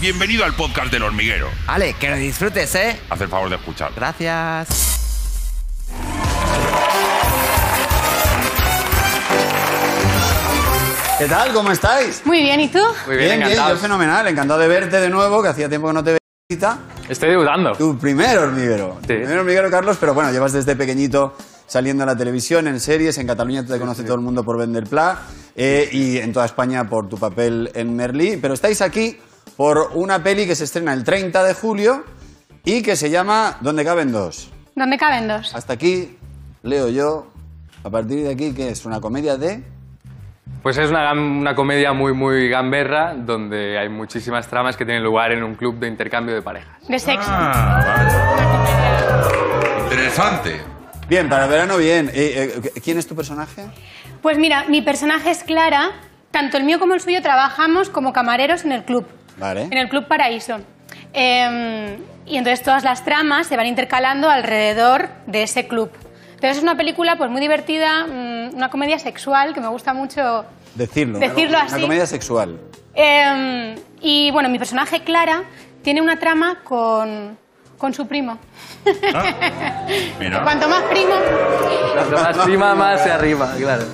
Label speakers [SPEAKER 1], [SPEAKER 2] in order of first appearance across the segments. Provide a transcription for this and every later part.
[SPEAKER 1] Bienvenido al podcast del hormiguero.
[SPEAKER 2] Ale, que lo disfrutes, ¿eh?
[SPEAKER 1] Haz el favor de escuchar.
[SPEAKER 2] Gracias.
[SPEAKER 3] ¿Qué tal? ¿Cómo estáis?
[SPEAKER 4] Muy bien, ¿y tú?
[SPEAKER 5] Muy bien, encantado.
[SPEAKER 3] yo fenomenal. Encantado de verte de nuevo, que hacía tiempo que no te veía.
[SPEAKER 5] Estoy dudando.
[SPEAKER 3] Tu primer hormiguero. Tu primer hormiguero, Carlos, pero bueno, llevas desde pequeñito saliendo a la televisión, en series, en Cataluña te conoce todo el mundo por Vender Pla eh, y en toda España por tu papel en Merlí. Pero estáis aquí por una peli que se estrena el 30 de julio y que se llama ¿Dónde caben dos?
[SPEAKER 4] ¿Dónde caben dos?
[SPEAKER 3] Hasta aquí leo yo, a partir de aquí, que es una comedia de...
[SPEAKER 5] Pues es una, gam- una comedia muy, muy gamberra, donde hay muchísimas tramas que tienen lugar en un club de intercambio de parejas.
[SPEAKER 4] De sexo.
[SPEAKER 1] Interesante.
[SPEAKER 3] Bien, para verano bien. Eh, eh, ¿Quién es tu personaje?
[SPEAKER 4] Pues mira, mi personaje es Clara. Tanto el mío como el suyo trabajamos como camareros en el club.
[SPEAKER 3] Vale.
[SPEAKER 4] En el Club Paraíso. Eh, y entonces todas las tramas se van intercalando alrededor de ese club. Entonces es una película pues muy divertida, mm, una comedia sexual que me gusta mucho.
[SPEAKER 3] Decirlo.
[SPEAKER 4] Decirlo
[SPEAKER 3] Una-
[SPEAKER 4] así.
[SPEAKER 3] Una comedia sexual.
[SPEAKER 4] Eh, y bueno, mi personaje Clara tiene una trama con, con su primo.
[SPEAKER 1] Mira.
[SPEAKER 4] Cuanto más primo,
[SPEAKER 5] Cuanto más cima, más se arriba, claro.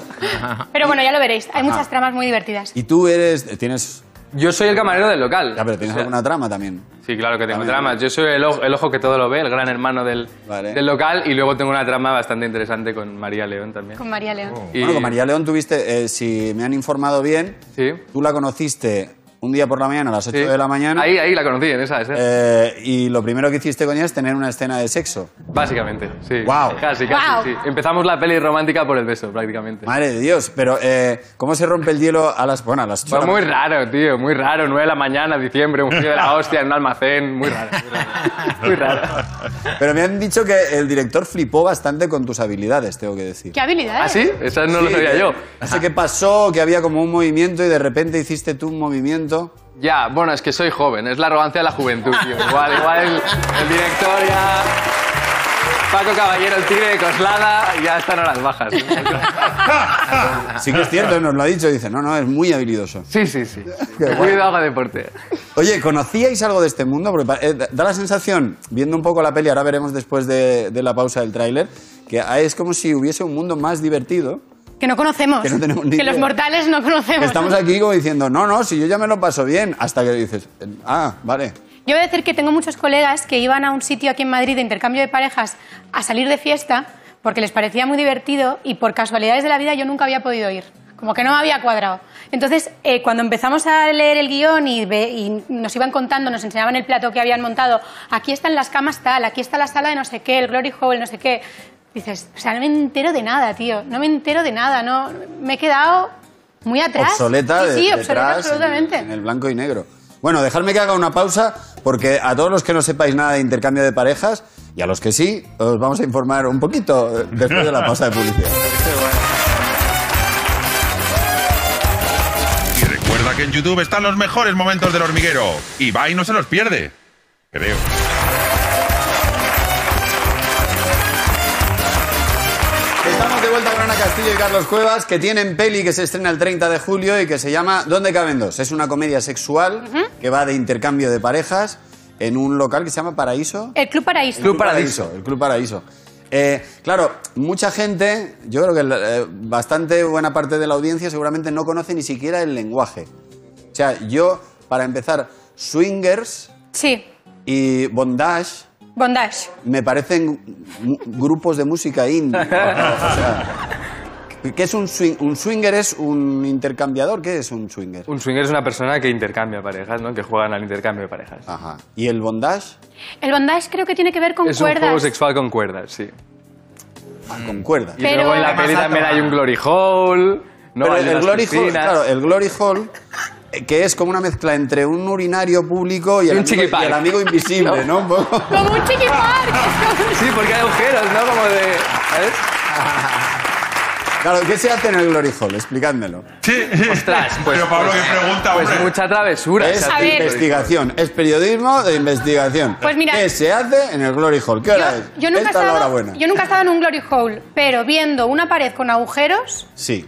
[SPEAKER 4] Pero bueno, ya lo veréis. Hay muchas tramas muy divertidas.
[SPEAKER 3] Y tú eres... Tienes...
[SPEAKER 5] Yo soy el camarero del local.
[SPEAKER 3] Ya, pero Ah, tienes
[SPEAKER 5] O sea,
[SPEAKER 3] alguna trama también.
[SPEAKER 5] Sí, claro que tengo
[SPEAKER 3] También.
[SPEAKER 5] tramas. Yo soy el ojo, el ojo que todo lo ve, el gran hermano del,
[SPEAKER 3] Vale.
[SPEAKER 5] del local, y luego tengo una trama bastante interesante con María León también.
[SPEAKER 4] Con María León.
[SPEAKER 5] Y-
[SPEAKER 3] Bueno, con María León tuviste, eh, si me han informado bien,
[SPEAKER 5] Sí.
[SPEAKER 3] tú la conociste un día por la mañana, a las 8
[SPEAKER 5] sí.
[SPEAKER 3] de la mañana,
[SPEAKER 5] Ahí, ahí la conocí, en esa, esa.
[SPEAKER 3] eh, y lo primero que hiciste con ella es tener una escena de sexo.
[SPEAKER 5] Básicamente, sí.
[SPEAKER 3] Guau.
[SPEAKER 5] Casi, casi,
[SPEAKER 4] Guau.
[SPEAKER 5] sí. Empezamos la peli romántica por el beso, prácticamente.
[SPEAKER 3] Madre de Dios, pero eh, ¿cómo se rompe el hielo a las... Bueno, a las 8 de
[SPEAKER 5] Fue
[SPEAKER 3] la
[SPEAKER 5] muy
[SPEAKER 3] mañana?
[SPEAKER 5] raro, tío, muy raro. 9 de la mañana, diciembre, un frío de la hostia en un almacén. Muy raro, muy raro. Muy raro.
[SPEAKER 4] Ah,
[SPEAKER 3] Pero me han dicho que el director flipó bastante con tus habilidades, tengo que decir.
[SPEAKER 4] ¿Qué habilidades?
[SPEAKER 5] ¿Ah, sí? Esa no lo
[SPEAKER 3] Sí,
[SPEAKER 5] sabía
[SPEAKER 3] que-
[SPEAKER 5] yo.
[SPEAKER 3] No sé qué pasó, que había como un movimiento y de repente hiciste tú un movimiento.
[SPEAKER 5] Ya, bueno, es que soy joven, es la arrogancia de la juventud, tío. Igual, igual el, el director ya. Paco Caballero, el tigre de Coslada, ya están horas bajas. ¿no?
[SPEAKER 3] Sí que es cierto, nos lo ha dicho, dice, no, no, es muy habilidoso.
[SPEAKER 5] Sí, sí, sí.
[SPEAKER 3] Qué guay.
[SPEAKER 5] Cuidado hago deporte.
[SPEAKER 3] Oye, ¿conocíais algo de este mundo? Porque pa- eh, da- da la sensación, viendo un poco la peli, ahora veremos después de, de la pausa del tráiler, que ah, es como si hubiese un mundo más divertido.
[SPEAKER 4] Que no conocemos.
[SPEAKER 3] Que no tenemos ni
[SPEAKER 4] Que los
[SPEAKER 3] idea.
[SPEAKER 4] mortales no conocemos.
[SPEAKER 3] Estamos aquí como diciendo, no, no, si yo ya me lo paso bien, hasta que dices, eh, ah, vale.
[SPEAKER 4] Yo voy a decir que tengo muchos colegas que iban a un sitio aquí en Madrid de intercambio de parejas a salir de fiesta porque les parecía muy divertido y por casualidades de la vida yo nunca había podido ir. Como que no me había cuadrado. Entonces, eh, cuando empezamos a leer el guión y, ve- y nos iban contando, nos enseñaban el plato que habían montado, aquí están las camas tal, aquí está la sala de no sé qué, el Glory Hole, no sé qué. Dices, o sea, no me entero de nada, tío. No me entero de nada. No, me he quedado muy atrás.
[SPEAKER 3] Obsoleta,
[SPEAKER 4] Sí,
[SPEAKER 3] de-
[SPEAKER 4] sí, obsoleta,
[SPEAKER 3] detrás, en-
[SPEAKER 4] absolutamente.
[SPEAKER 3] En, el blanco y negro. Bueno, dejadme que haga una pausa, porque a todos los que no sepáis nada de intercambio de parejas, y a los que sí, os vamos a informar un poquito eh, después de la pausa de publicidad.
[SPEAKER 1] Y recuerda que en YouTube están los mejores momentos del hormiguero. Y va y no se los pierde. Creo.
[SPEAKER 3] Estamos de vuelta con Ana Castillo y Carlos Cuevas, que tienen peli que se estrena el 30 de julio y que se llama ¿Dónde caben dos? Es una comedia sexual que va de intercambio de parejas en un local que se llama Paraíso.
[SPEAKER 4] El Club Paraíso.
[SPEAKER 5] Club Paraíso.
[SPEAKER 3] El Club Paraíso. Eh, claro, mucha gente, yo creo que la- eh, bastante buena parte de la audiencia seguramente no conoce ni siquiera el lenguaje. O sea, yo, para empezar, swingers
[SPEAKER 4] Sí,
[SPEAKER 3] y bondage
[SPEAKER 4] Bondage.
[SPEAKER 3] me parecen mu- grupos de música indie. O sea, ¿Qué es un swing? ¿Un swinger es un intercambiador? ¿Qué es un swinger?
[SPEAKER 5] Un swinger es una persona que intercambia parejas, ¿no? Que juegan al intercambio de parejas.
[SPEAKER 3] Ajá. ¿Y el bondage?
[SPEAKER 4] El bondage creo que tiene que ver con
[SPEAKER 5] es un
[SPEAKER 4] cuerdas.
[SPEAKER 5] juego sexual con cuerdas, sí.
[SPEAKER 3] Ah, con cuerda.
[SPEAKER 5] Y
[SPEAKER 4] Pero-
[SPEAKER 5] luego en la
[SPEAKER 4] Más
[SPEAKER 5] peli
[SPEAKER 6] alto,
[SPEAKER 5] también
[SPEAKER 6] ¿no?
[SPEAKER 5] hay un glory hole. No
[SPEAKER 3] Pero
[SPEAKER 5] Hay
[SPEAKER 3] el
[SPEAKER 5] unas
[SPEAKER 3] glory hall,
[SPEAKER 5] piscinas.
[SPEAKER 3] claro, el glory hall, eh, que es como una mezcla entre un urinario público y el,
[SPEAKER 5] Y un
[SPEAKER 3] amigo,
[SPEAKER 5] chiqui
[SPEAKER 3] y el
[SPEAKER 5] park.
[SPEAKER 3] amigo invisible, ¿no? Un poco.
[SPEAKER 4] Como un chiqui park.
[SPEAKER 5] Sí, porque hay agujeros, ¿no? Como de. ¿Sabes?
[SPEAKER 3] Claro, ¿qué se hace en el glory hall? Explicádmelo.
[SPEAKER 1] Sí.
[SPEAKER 5] Ostras, pues-
[SPEAKER 1] Pero Pablo, ¿qué pregunta,
[SPEAKER 5] Pues
[SPEAKER 1] hombre?
[SPEAKER 5] mucha travesura.
[SPEAKER 3] Es
[SPEAKER 5] esa
[SPEAKER 4] A ver.
[SPEAKER 3] investigación, es periodismo de investigación.
[SPEAKER 4] Pues mira-
[SPEAKER 3] ¿Qué se hace en el glory hall? ¿Qué hora es?
[SPEAKER 4] Yo, yo nunca he
[SPEAKER 3] Esta es la hora
[SPEAKER 4] estado,
[SPEAKER 3] buena.
[SPEAKER 4] yo nunca he estado en un glory hole, pero viendo una pared con agujeros,
[SPEAKER 3] Sí.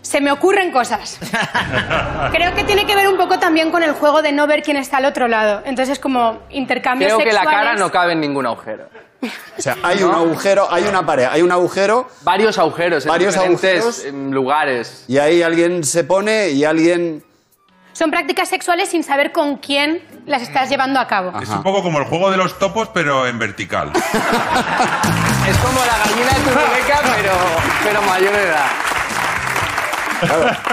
[SPEAKER 4] se me ocurren cosas. Creo que tiene que ver un poco también con el juego de no ver quién está al otro lado. Entonces, como intercambios
[SPEAKER 5] Creo que la
[SPEAKER 4] sexuales...
[SPEAKER 5] cara no cabe en ningún agujero.
[SPEAKER 3] O sea, hay un agujero, hay una pared, hay un agujero
[SPEAKER 5] Varios agujeros en
[SPEAKER 3] Varios
[SPEAKER 5] diferentes
[SPEAKER 3] agujeros.
[SPEAKER 5] em, lugares.
[SPEAKER 3] y ahí alguien se pone y alguien...
[SPEAKER 4] Son prácticas sexuales sin saber con quién las estás llevando a cabo.
[SPEAKER 1] Es un poco como el juego de los topos, pero en vertical.
[SPEAKER 5] Es como la gallina de Turbeca, pero, pero mayor de edad.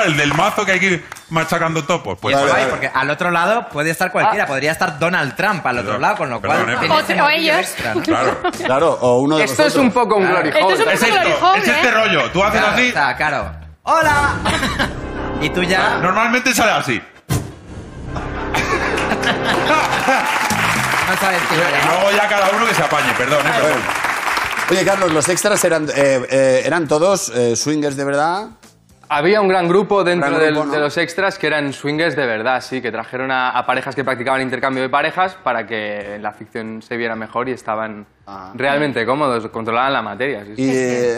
[SPEAKER 1] el del mazo que hay que ir machacando topos. Pues
[SPEAKER 3] Vale,
[SPEAKER 1] vale.
[SPEAKER 2] Ay, ¿eh? porque al otro lado puede estar cualquiera. Podría estar Donald Trump al otro
[SPEAKER 1] Perdón,
[SPEAKER 2] lado, con lo cual...
[SPEAKER 1] perdón, eh.
[SPEAKER 2] tiene ese
[SPEAKER 4] Ah. O-
[SPEAKER 2] motivo
[SPEAKER 4] o ellos.
[SPEAKER 2] extra, ¿no?
[SPEAKER 1] Claro.
[SPEAKER 3] Claro, o uno de
[SPEAKER 5] Esto es
[SPEAKER 3] vosotros.
[SPEAKER 5] un poco un glory
[SPEAKER 4] Esto es un
[SPEAKER 5] hole.
[SPEAKER 1] Es
[SPEAKER 4] Pero el
[SPEAKER 1] esto,
[SPEAKER 4] joven,
[SPEAKER 1] es este
[SPEAKER 4] ¿eh?
[SPEAKER 1] rollo. Tú haces
[SPEAKER 2] Claro,
[SPEAKER 1] así,
[SPEAKER 2] está, claro. ¡Hola! y tú ya...
[SPEAKER 1] normalmente sale así.
[SPEAKER 2] No sabes quién
[SPEAKER 1] Y
[SPEAKER 2] eres.
[SPEAKER 1] luego ya cada uno que se apañe, perdón, eh, pero
[SPEAKER 3] Bueno. Oye, Carlos, los extras eran, eh, eh, eran todos eh, swingers de verdad.
[SPEAKER 5] Había un gran grupo dentro
[SPEAKER 3] Gran
[SPEAKER 5] del-
[SPEAKER 3] grupo, ¿no?
[SPEAKER 5] de los extras que eran swingers de verdad, sí, que trajeron a, a parejas que practicaban intercambio de parejas para que la ficción se viera mejor y estaban
[SPEAKER 3] Ah.
[SPEAKER 5] realmente cómodos, controlaban la materia. sí, sí.
[SPEAKER 3] Y, eh,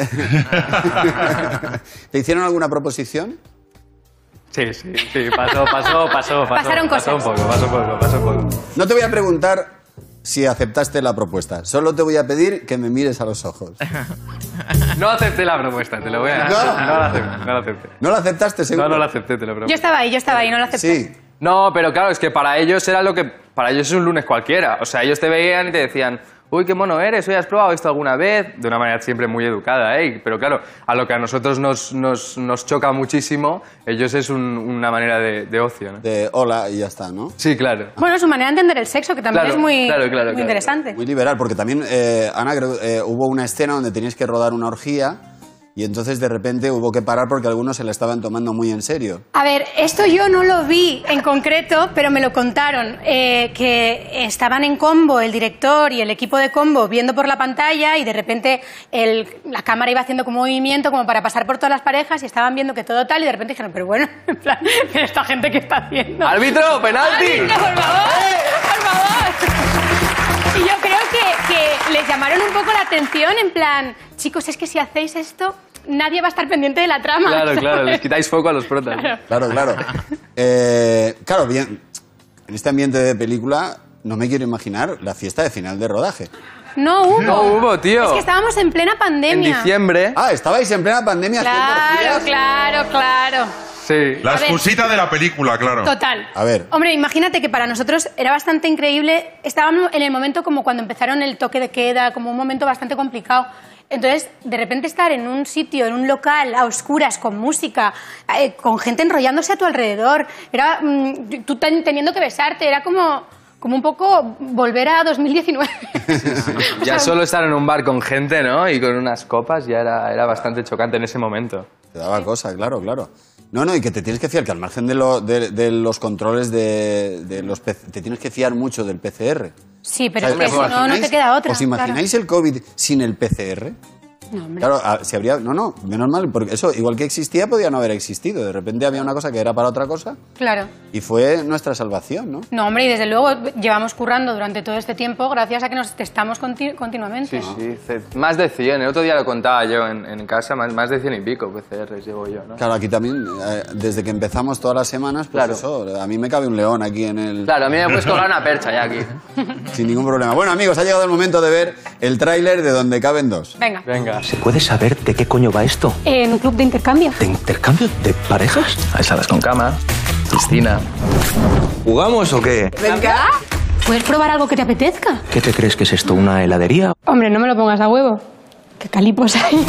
[SPEAKER 3] ¿Te hicieron alguna proposición?
[SPEAKER 5] Sí, sí, sí, pasó, pasó, pasó, pasó.
[SPEAKER 4] Pasaron
[SPEAKER 5] pasó
[SPEAKER 4] cosas.
[SPEAKER 5] un poco, pasó un poco, pasó un poco.
[SPEAKER 3] No te voy a preguntar si aceptaste la propuesta. Solo te voy a pedir que me mires a los ojos.
[SPEAKER 5] No acepté la propuesta, te lo voy a decir.
[SPEAKER 3] No.
[SPEAKER 5] no la acepté, no la acepté.
[SPEAKER 3] ¿No la aceptaste, seguro?
[SPEAKER 5] No, no la acepté, te lo prometo.
[SPEAKER 4] ¿eh? Yo estaba ahí, yo estaba ahí, no lo acepté.
[SPEAKER 3] Sí.
[SPEAKER 5] No, pero claro, es que para ellos era lo que. Para ellos es un lunes cualquiera. O sea, ellos te veían y te decían, uy, qué mono eres, hoy has probado esto alguna vez. De una manera siempre muy educada, ¿eh? Pero claro, a lo que a nosotros nos, nos, nos choca muchísimo, ellos es un- una manera de, de ocio, ¿no?
[SPEAKER 3] De hola y ya está, ¿no?
[SPEAKER 5] Sí, claro.
[SPEAKER 4] Bueno, su manera de entender el sexo, que también
[SPEAKER 5] Claro,
[SPEAKER 4] es muy,
[SPEAKER 5] claro, claro,
[SPEAKER 4] muy
[SPEAKER 5] claro.
[SPEAKER 4] interesante.
[SPEAKER 3] Muy liberal, porque también, eh, Ana, creo, eh, hubo una escena donde tenías que rodar una orgía y entonces de repente hubo que parar porque algunos se la estaban tomando muy en serio.
[SPEAKER 4] A ver, esto yo no lo vi en concreto, pero me lo contaron, eh, que estaban en combo el director y el equipo de combo viendo por la pantalla y de repente el- la cámara iba haciendo como un movimiento como para pasar por todas las parejas y estaban viendo que todo tal y de repente dijeron, pero bueno, en plan, ¿pero esta gente qué está haciendo?
[SPEAKER 5] ¡Árbitro, penalti!
[SPEAKER 4] ¡Árbitro, por favor! ¡Por favor! Y yo creo que, que les llamaron un poco la atención en plan, chicos, es que si hacéis esto, nadie va a estar pendiente de la trama.
[SPEAKER 5] Claro, claro,
[SPEAKER 4] ¿sabes?
[SPEAKER 5] les quitáis foco a los protas.
[SPEAKER 4] Claro.
[SPEAKER 3] Claro, claro. Eh, claro, bien. En este ambiente de película no me quiero imaginar la fiesta de final de rodaje.
[SPEAKER 4] No hubo.
[SPEAKER 5] No hubo, tío.
[SPEAKER 4] Es que estábamos en plena
[SPEAKER 5] En
[SPEAKER 4] pandemia.
[SPEAKER 5] diciembre,
[SPEAKER 3] Ah, estabais en plena pandemia haciendo
[SPEAKER 4] Claro,
[SPEAKER 3] orgías?
[SPEAKER 4] claro, claro.
[SPEAKER 5] sí.
[SPEAKER 1] La
[SPEAKER 4] A ver.
[SPEAKER 1] excusita de la película, claro.
[SPEAKER 4] Total.
[SPEAKER 3] A ver.
[SPEAKER 4] Hombre, imagínate que para nosotros era bastante increíble. Estábamos en el momento como cuando empezaron el toque de queda, como un momento bastante complicado. Entonces, de repente estar en un sitio, en un local, a oscuras, con música, eh, con gente enrollándose a tu alrededor, era mm, tú ten- teniendo que besarte, era como, como un poco volver a 2019. O sea,
[SPEAKER 5] Ya solo estar en un bar con gente, ¿no? Y con unas copas ya era, era bastante chocante en ese momento.
[SPEAKER 3] Te daba cosa, claro, claro. No, no, y que te tienes que fiar, que al margen de, lo- de- de los controles de, de los P- te tienes que fiar mucho del PCR.
[SPEAKER 4] Sí, pero
[SPEAKER 3] O sea,
[SPEAKER 4] es que
[SPEAKER 3] ¿os
[SPEAKER 4] si no, no te
[SPEAKER 3] imagináis-
[SPEAKER 4] queda otra.
[SPEAKER 3] ¿Os
[SPEAKER 4] claro.
[SPEAKER 3] imagináis el COVID sin el PCR?
[SPEAKER 4] No, hombre.
[SPEAKER 3] Claro, ah, si habría... No, no, menos mal, porque eso, igual que existía, podía no haber existido. De repente había una cosa que era para otra cosa
[SPEAKER 4] Claro.
[SPEAKER 3] y fue nuestra salvación, ¿no?
[SPEAKER 4] No, hombre, y desde luego llevamos currando durante todo este tiempo gracias a que nos testamos conti- continuamente.
[SPEAKER 5] Sí, sí, ce- más de 100. El otro día lo contaba yo en, en casa, más, más de 100 y pico PCRs llevo yo, ¿no?
[SPEAKER 3] Claro, aquí también, eh, desde que empezamos todas las semanas, pues
[SPEAKER 5] Claro.
[SPEAKER 3] eso, a mí me cabe un león aquí en el...
[SPEAKER 5] Claro, a mí me puedes colgar una percha ya aquí.
[SPEAKER 3] Sin ningún problema. Bueno, amigos, ha llegado el momento de ver el tráiler de donde caben dos.
[SPEAKER 4] Venga.
[SPEAKER 5] Venga.
[SPEAKER 6] ¿Se puede saber de qué coño va esto?
[SPEAKER 4] En un club de intercambio.
[SPEAKER 6] ¿De intercambio de parejas?
[SPEAKER 7] Hay salas con cama, piscina.
[SPEAKER 6] ¿Jugamos o qué?
[SPEAKER 4] Venga. ¿Puedes probar algo que te apetezca?
[SPEAKER 6] ¿Qué te crees que es esto? ¿Una heladería?
[SPEAKER 4] Hombre, no me lo pongas a huevo. Que calipos hay.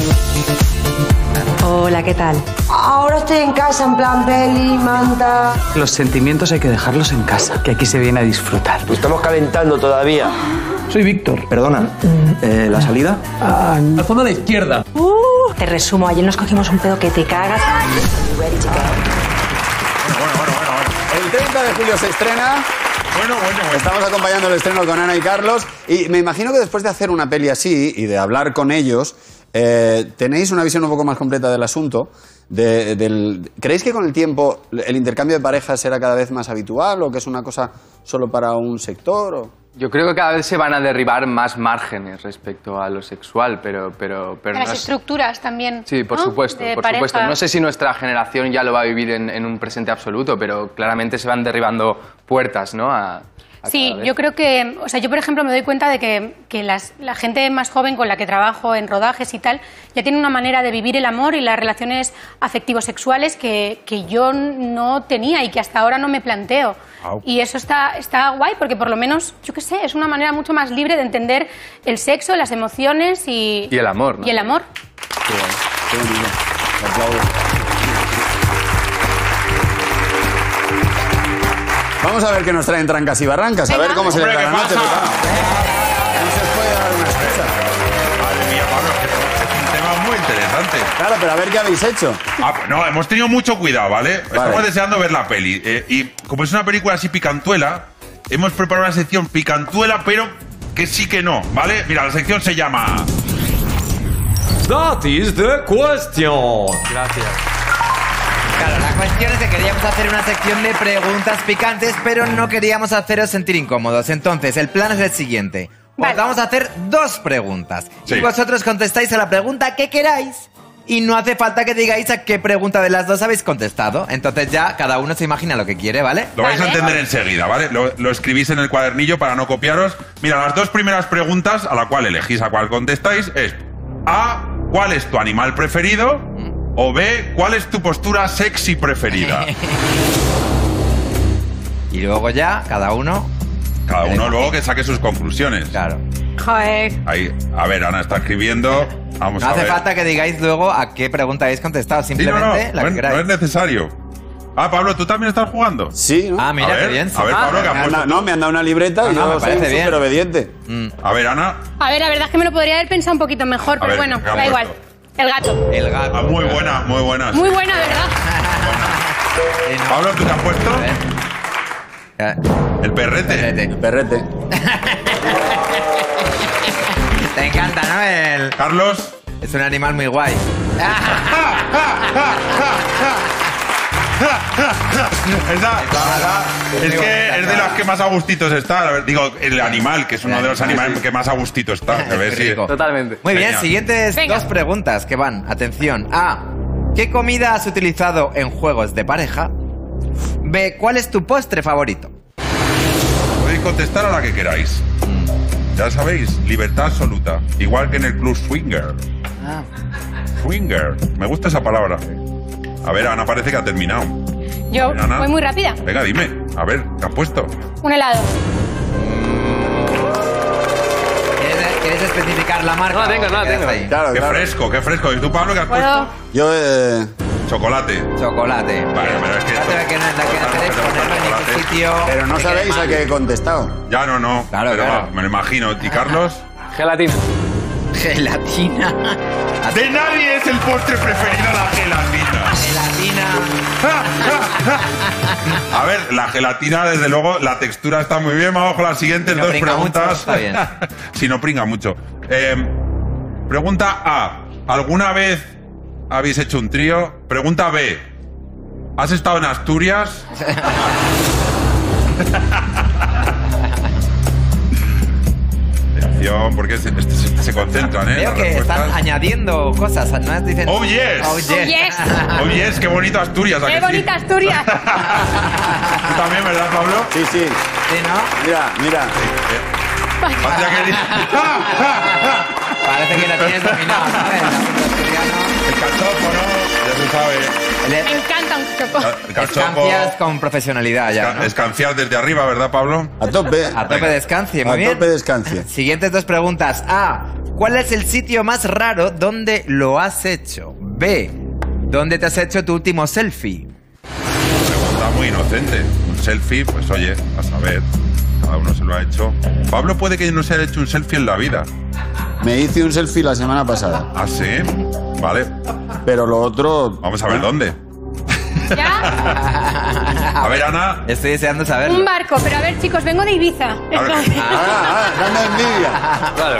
[SPEAKER 8] Hola, ¿qué tal? Ahora estoy en casa en plan peli, manta.
[SPEAKER 7] Los sentimientos hay que dejarlos en casa, que aquí se viene a disfrutar.
[SPEAKER 9] Estamos calentando todavía.
[SPEAKER 7] Soy Víctor.
[SPEAKER 6] Perdona, eh, ¿la salida?
[SPEAKER 7] Al fondo a la izquierda.
[SPEAKER 8] Te resumo, ayer nos cogimos un pedo que te cagas.
[SPEAKER 3] El 30 de julio se estrena.
[SPEAKER 1] Bueno, bueno, bueno.
[SPEAKER 3] Estamos acompañando el estreno con Ana y Carlos. Y me imagino que después de hacer una peli así y de hablar con ellos, eh, tenéis una visión un poco más completa del asunto. De- del- ¿Creéis que con el tiempo el intercambio de parejas será cada vez más habitual o que es una cosa solo para un sector? o?
[SPEAKER 5] Yo creo que cada vez se van a derribar más márgenes respecto a lo sexual, pero, pero, pero
[SPEAKER 4] De las
[SPEAKER 5] no es-
[SPEAKER 4] estructuras también.
[SPEAKER 5] Sí, por
[SPEAKER 4] ¿no?
[SPEAKER 5] supuesto,
[SPEAKER 4] De
[SPEAKER 5] por
[SPEAKER 4] pareja.
[SPEAKER 5] supuesto. No sé si nuestra generación ya lo va a vivir en, en un presente absoluto, pero claramente se van derribando puertas, ¿no? A- a
[SPEAKER 4] Sí,
[SPEAKER 5] cada vez.
[SPEAKER 4] yo creo que, o sea, yo por ejemplo me doy cuenta de que, que las- la gente más joven con la que trabajo en rodajes y tal, ya tiene una manera de vivir el amor y las relaciones afectivo-sexuales que, que yo no tenía y que hasta ahora no me planteo.
[SPEAKER 1] Au.
[SPEAKER 4] Y eso está, está guay porque por lo menos, yo qué sé, es una manera mucho más libre de entender el sexo, las emociones y...
[SPEAKER 5] Y el amor, ¿no?
[SPEAKER 4] Y el amor.
[SPEAKER 3] Qué bonito. Te aplaudo. Vamos a ver qué nos traen trancas y barrancas, a
[SPEAKER 4] Venga.
[SPEAKER 3] ver cómo se le
[SPEAKER 1] Hombre,
[SPEAKER 3] da la
[SPEAKER 1] ¿qué
[SPEAKER 3] noche.
[SPEAKER 1] pasa?
[SPEAKER 3] pero claro, No se puede dar una excusa.
[SPEAKER 1] Madre mía, Pablo, que es un tema muy interesante.
[SPEAKER 3] Claro, pero a ver qué habéis hecho.
[SPEAKER 1] Ah, pues no, hemos tenido mucho cuidado, ¿vale? Estamos
[SPEAKER 3] Vale.
[SPEAKER 1] deseando ver la peli. eh, y como es una película así picantuela, hemos preparado una sección picantuela, pero que sí que no, ¿vale? Mira, la sección se llama...
[SPEAKER 10] That is the question.
[SPEAKER 2] Claro, la cuestión es que queríamos hacer una sección de preguntas picantes, pero no queríamos haceros sentir incómodos. Entonces, el plan es el siguiente.
[SPEAKER 4] Vale.
[SPEAKER 2] Os vamos a hacer dos preguntas.
[SPEAKER 1] Sí.
[SPEAKER 2] Y vosotros contestáis a la pregunta que queráis. Y no hace falta que digáis a qué pregunta de las dos habéis contestado. Entonces ya cada uno se imagina lo que quiere, ¿vale?
[SPEAKER 1] Lo vais a
[SPEAKER 4] Vale.
[SPEAKER 1] entender enseguida, ¿vale? Lo, lo escribís en el cuadernillo para no copiaros. Mira, las dos primeras preguntas a la cual elegís a cuál contestáis es A, ¿cuál es tu animal preferido? O B, ¿cuál es tu postura sexy preferida?
[SPEAKER 2] Y luego ya cada uno...
[SPEAKER 1] Cada uno luego que saque sus conclusiones.
[SPEAKER 2] Claro.
[SPEAKER 4] Joder.
[SPEAKER 1] Ahí, a ver, Ana está escribiendo. Vamos
[SPEAKER 2] No
[SPEAKER 1] a
[SPEAKER 2] hace
[SPEAKER 1] ver.
[SPEAKER 2] falta que digáis luego a qué pregunta habéis contestado.
[SPEAKER 1] Sí, no,
[SPEAKER 2] Simplemente
[SPEAKER 1] no, no
[SPEAKER 2] la que
[SPEAKER 1] es, no
[SPEAKER 2] queráis.
[SPEAKER 1] es necesario. Ah, Pablo, ¿tú también estás jugando?
[SPEAKER 3] Sí, ¿no?
[SPEAKER 2] Ah, mira,
[SPEAKER 1] A ver,
[SPEAKER 2] qué bien.
[SPEAKER 1] a ver,
[SPEAKER 2] Ah,
[SPEAKER 1] Pablo, que
[SPEAKER 3] Me
[SPEAKER 1] ha
[SPEAKER 3] han
[SPEAKER 1] puesto-
[SPEAKER 3] dado- Ah, no, me han dado una libreta y
[SPEAKER 2] No, no,
[SPEAKER 3] yo
[SPEAKER 2] me
[SPEAKER 3] soy
[SPEAKER 2] parece bien.
[SPEAKER 3] súper obediente.
[SPEAKER 1] A ver, Ana.
[SPEAKER 4] A ver, la verdad es que me lo podría haber pensado un poquito mejor,
[SPEAKER 1] A
[SPEAKER 4] pero
[SPEAKER 1] ver,
[SPEAKER 4] bueno,
[SPEAKER 1] ¿qué han
[SPEAKER 4] da
[SPEAKER 1] puesto?
[SPEAKER 4] igual. El gato.
[SPEAKER 2] El gato.
[SPEAKER 1] Ah, muy buena, muy buena.
[SPEAKER 4] Muy buena, ¿verdad?
[SPEAKER 2] Eh, no.
[SPEAKER 1] Pablo, ¿tú te has puesto?
[SPEAKER 2] Eh,
[SPEAKER 1] El perrete.
[SPEAKER 2] espérate.
[SPEAKER 3] Perrete.
[SPEAKER 2] Te encanta, ¿no? El-
[SPEAKER 1] Carlos.
[SPEAKER 2] Es un animal muy guay.
[SPEAKER 1] Esa, la verdad, es que es de las que más a gustitos está. La ver- Digo, el animal, que es uno de los animales que más a gustito está. A ver
[SPEAKER 2] Qué
[SPEAKER 1] si-
[SPEAKER 2] rico.
[SPEAKER 5] Totalmente.
[SPEAKER 2] Muy bien,
[SPEAKER 1] Genial.
[SPEAKER 2] siguientes
[SPEAKER 4] Venga.
[SPEAKER 2] dos preguntas que van. Atención. A. ¿Qué comida has utilizado en juegos de pareja? B. ¿Cuál es tu postre favorito?
[SPEAKER 1] Podéis contestar a la que queráis.
[SPEAKER 2] Mm.
[SPEAKER 1] Ya sabéis, libertad absoluta. Igual que en el club Swinger.
[SPEAKER 2] Ah.
[SPEAKER 1] Swinger. Me gusta esa palabra. A ver, Ana parece que ha terminado.
[SPEAKER 4] Yo
[SPEAKER 1] Venga, Ana.
[SPEAKER 4] voy muy rápida.
[SPEAKER 1] Venga, dime. A ver, ¿qué has puesto?
[SPEAKER 4] Un helado.
[SPEAKER 2] ¿Quieres, quieres especificar la marca?
[SPEAKER 5] No la tengo,
[SPEAKER 2] o
[SPEAKER 5] no la
[SPEAKER 2] te quedas
[SPEAKER 5] tengo.
[SPEAKER 2] ahí?
[SPEAKER 3] Claro,
[SPEAKER 1] qué
[SPEAKER 3] claro.
[SPEAKER 1] fresco, qué fresco. ¿Y tú, Pablo, qué has
[SPEAKER 4] ¿Puedo?
[SPEAKER 1] puesto?
[SPEAKER 3] Yo, eh,
[SPEAKER 1] Chocolate.
[SPEAKER 2] Chocolate.
[SPEAKER 1] Vale, pero es que
[SPEAKER 2] Ya te
[SPEAKER 1] esto-
[SPEAKER 2] ve que no, la que no queréis
[SPEAKER 1] Claro,
[SPEAKER 2] ponerlo en ningún
[SPEAKER 1] chocolate.
[SPEAKER 2] sitio.
[SPEAKER 3] pero no
[SPEAKER 2] que quede
[SPEAKER 3] sabéis a
[SPEAKER 2] mal.
[SPEAKER 3] qué he contestado.
[SPEAKER 1] Ya no, no.
[SPEAKER 2] Claro,
[SPEAKER 1] pero
[SPEAKER 2] claro.
[SPEAKER 1] va, me lo imagino. ¿Y Carlos?
[SPEAKER 5] Gelatina.
[SPEAKER 2] Gelatina.
[SPEAKER 1] De nadie es el postre preferido la gelatina.
[SPEAKER 2] Gelatina.
[SPEAKER 1] A ver, la gelatina, desde luego, la textura está muy bien. Vamos con las siguientes
[SPEAKER 2] Si no
[SPEAKER 1] dos
[SPEAKER 2] pringa
[SPEAKER 1] preguntas.
[SPEAKER 2] mucho, está bien.
[SPEAKER 1] si no pringa mucho. Eh, pregunta A. ¿Alguna vez habéis hecho un trío? Pregunta B. ¿Has estado en Asturias? Atención, porque se, este se- se concentran, ¿eh?
[SPEAKER 2] Veo
[SPEAKER 1] Las
[SPEAKER 2] que están
[SPEAKER 1] respuestas.
[SPEAKER 2] añadiendo cosas, ¿no? Dicen,
[SPEAKER 1] Oh, yes.
[SPEAKER 2] Oh, yes.
[SPEAKER 4] Oh, yes.
[SPEAKER 1] Oye, es qué bonito Asturias. ¿a que
[SPEAKER 4] ¡Qué
[SPEAKER 1] sí?
[SPEAKER 4] bonita Asturias!
[SPEAKER 1] Tú también, ¿verdad, Pablo?
[SPEAKER 3] Sí, sí.
[SPEAKER 2] Sí, ¿no?
[SPEAKER 3] Mira, mira.
[SPEAKER 1] Hostia, que di-
[SPEAKER 2] Parece que lo tienes dominado, ¿sabes? El asunto asturiano.
[SPEAKER 1] El cachopo, ¿no? Ya se sabe.
[SPEAKER 2] El-
[SPEAKER 4] Me encanta un choco.
[SPEAKER 1] El
[SPEAKER 2] Escancias
[SPEAKER 1] cachopo.
[SPEAKER 2] con profesionalidad ya. ¿no?
[SPEAKER 1] Escanciar desde arriba, ¿verdad, Pablo?
[SPEAKER 3] A tope.
[SPEAKER 2] A tope
[SPEAKER 1] Venga.
[SPEAKER 2] descanse, muy
[SPEAKER 3] A
[SPEAKER 2] bien.
[SPEAKER 3] tope descanse.
[SPEAKER 2] Siguientes dos preguntas. A. ¿Cuál es el sitio más raro donde lo has hecho? B. ¿Dónde te has hecho tu último selfie?
[SPEAKER 1] Pregunta muy inocente. Un selfie, pues oye, a saber. Cada uno se lo ha hecho. Pablo puede que no se haya hecho un selfie en la vida.
[SPEAKER 3] Me hice un selfie la semana pasada,
[SPEAKER 1] Ah, sí. Vale.
[SPEAKER 3] pero lo otro...
[SPEAKER 1] Vamos a ver dónde. A ver, Ana.
[SPEAKER 2] Estoy deseando saberlo.
[SPEAKER 4] Un barco, pero a ver, chicos, vengo de Ibiza.
[SPEAKER 3] Ah, ah, dame envidia.
[SPEAKER 5] Claro.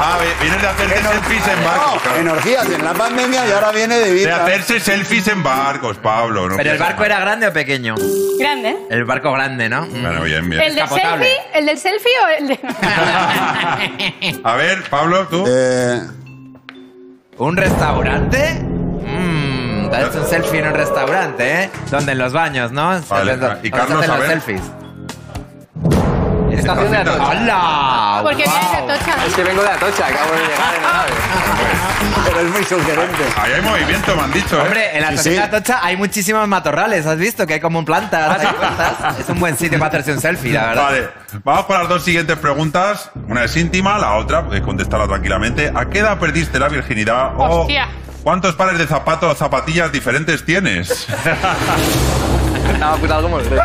[SPEAKER 1] Ah, vi- vienes de hacerse selfies en barcos.
[SPEAKER 3] No, en
[SPEAKER 1] claro.
[SPEAKER 3] orgías, en la pandemia y ahora viene de
[SPEAKER 1] De
[SPEAKER 3] vida.
[SPEAKER 1] hacerse selfies en barcos, Pablo. no
[SPEAKER 2] Pero el
[SPEAKER 1] pienses
[SPEAKER 2] barco
[SPEAKER 1] mal.
[SPEAKER 2] era grande o pequeño?
[SPEAKER 4] Grande, ¿eh?
[SPEAKER 2] El barco grande, ¿no?
[SPEAKER 1] Bueno, bien,
[SPEAKER 4] ¿El
[SPEAKER 1] bien.
[SPEAKER 4] del
[SPEAKER 2] Descapotable.
[SPEAKER 4] selfie? ¿El del selfie o el de.?
[SPEAKER 1] A ver, Pablo, tú.
[SPEAKER 3] Eh,
[SPEAKER 2] ¿Un restaurante? Mmm, te has hecho un selfie en un restaurante, ¿eh? Donde en los baños, ¿no?
[SPEAKER 1] Vale,
[SPEAKER 3] Ah,
[SPEAKER 2] Donde
[SPEAKER 1] y
[SPEAKER 2] se
[SPEAKER 1] Carlos,
[SPEAKER 2] hacen
[SPEAKER 1] a
[SPEAKER 2] los
[SPEAKER 1] ver.
[SPEAKER 2] selfies.
[SPEAKER 5] Estación de Atocha.
[SPEAKER 2] ¡Hola!
[SPEAKER 4] Porque viene de Atocha.
[SPEAKER 5] Es que vengo de Atocha, acabo de llegar en la nave.
[SPEAKER 3] pero es muy sugerente.
[SPEAKER 1] Ahí hay movimiento, me han dicho, ¿eh?
[SPEAKER 2] Hombre, en la
[SPEAKER 3] Sí,
[SPEAKER 2] zona de
[SPEAKER 3] sí. Ah,
[SPEAKER 2] Atocha hay muchísimos matorrales, ¿has visto? Que hay como un plantas, hay plantas. Es un buen sitio para hacerse un selfie, la verdad.
[SPEAKER 1] Vale, vamos con las dos siguientes preguntas. Una es íntima, la otra, puedes contestarla tranquilamente. ¿A qué edad perdiste la virginidad? O
[SPEAKER 4] Hostia.
[SPEAKER 1] ¿Cuántos pares de zapatos o zapatillas diferentes tienes?
[SPEAKER 5] Estaba apuntado como el rey.